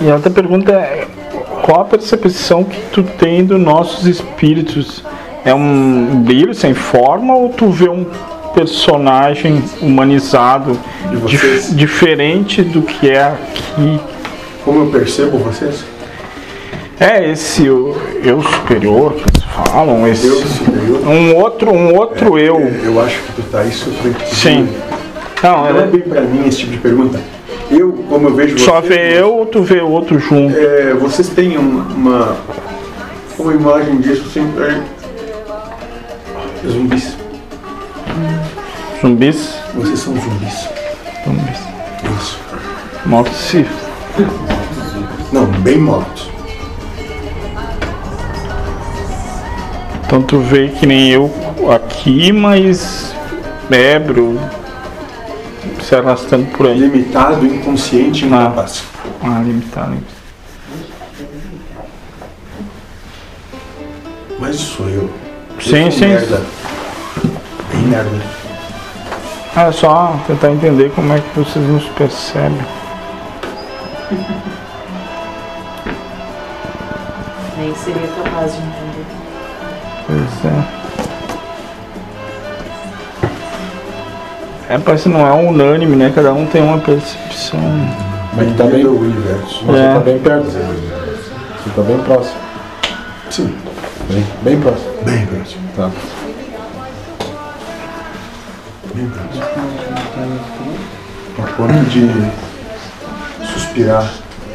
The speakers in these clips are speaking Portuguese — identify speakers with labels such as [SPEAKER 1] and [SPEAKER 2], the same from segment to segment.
[SPEAKER 1] E a outra pergunta é: qual a percepção que tu tem dos nossos espíritos? É um livro sem forma ou tu vê um personagem humanizado
[SPEAKER 2] De
[SPEAKER 1] dif-
[SPEAKER 2] vocês?
[SPEAKER 1] diferente do que é aqui?
[SPEAKER 2] Como eu percebo vocês?
[SPEAKER 1] É esse eu, eu superior que eles falam, esse
[SPEAKER 2] Deus superior.
[SPEAKER 1] um outro um outro eu.
[SPEAKER 2] É, Eu acho que tu tá isso foi-
[SPEAKER 1] Sim. Não,
[SPEAKER 2] Não é
[SPEAKER 1] é,
[SPEAKER 2] bem pra mim esse tipo de pergunta. Eu, como eu vejo
[SPEAKER 1] só
[SPEAKER 2] vocês,
[SPEAKER 1] vê eu ou tu vê outro junto?
[SPEAKER 2] é, vocês têm um- uma, uma imagem disso assim, é, zumbis.
[SPEAKER 1] Zumbis?
[SPEAKER 2] Vocês são zumbis.
[SPEAKER 1] Zumbis.
[SPEAKER 2] Isso.
[SPEAKER 1] Morto se.
[SPEAKER 2] Não, bem mortos.
[SPEAKER 1] Então tu vê que nem eu aqui, mas bebro se arrastando por aí.
[SPEAKER 2] Limitado, inconsciente, incapaz.
[SPEAKER 1] Ah, limitado.
[SPEAKER 2] Mas isso sou eu. Eu
[SPEAKER 1] Sim,
[SPEAKER 2] sou
[SPEAKER 1] sim.
[SPEAKER 2] Merda. Bem merda.
[SPEAKER 1] Ah, É só tentar entender como é que vocês nos percebem.
[SPEAKER 3] Nem né? seria capaz de entender.
[SPEAKER 1] Pois é. É, parece que não é unânime, né? Cada um tem uma percepção.
[SPEAKER 4] Mas tá bem-
[SPEAKER 2] Bem-vindo ao universo.
[SPEAKER 4] Você
[SPEAKER 1] É.
[SPEAKER 4] tá bem perto. Você tá bem próximo.
[SPEAKER 2] Sim,
[SPEAKER 4] Bem, bem próximo.
[SPEAKER 2] bem próximo.
[SPEAKER 4] Tá.
[SPEAKER 2] Bem próximo. A ponto de suspirar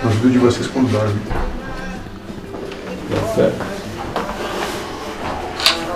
[SPEAKER 2] no ouvido de vocês quando dormem.
[SPEAKER 4] Tá certo.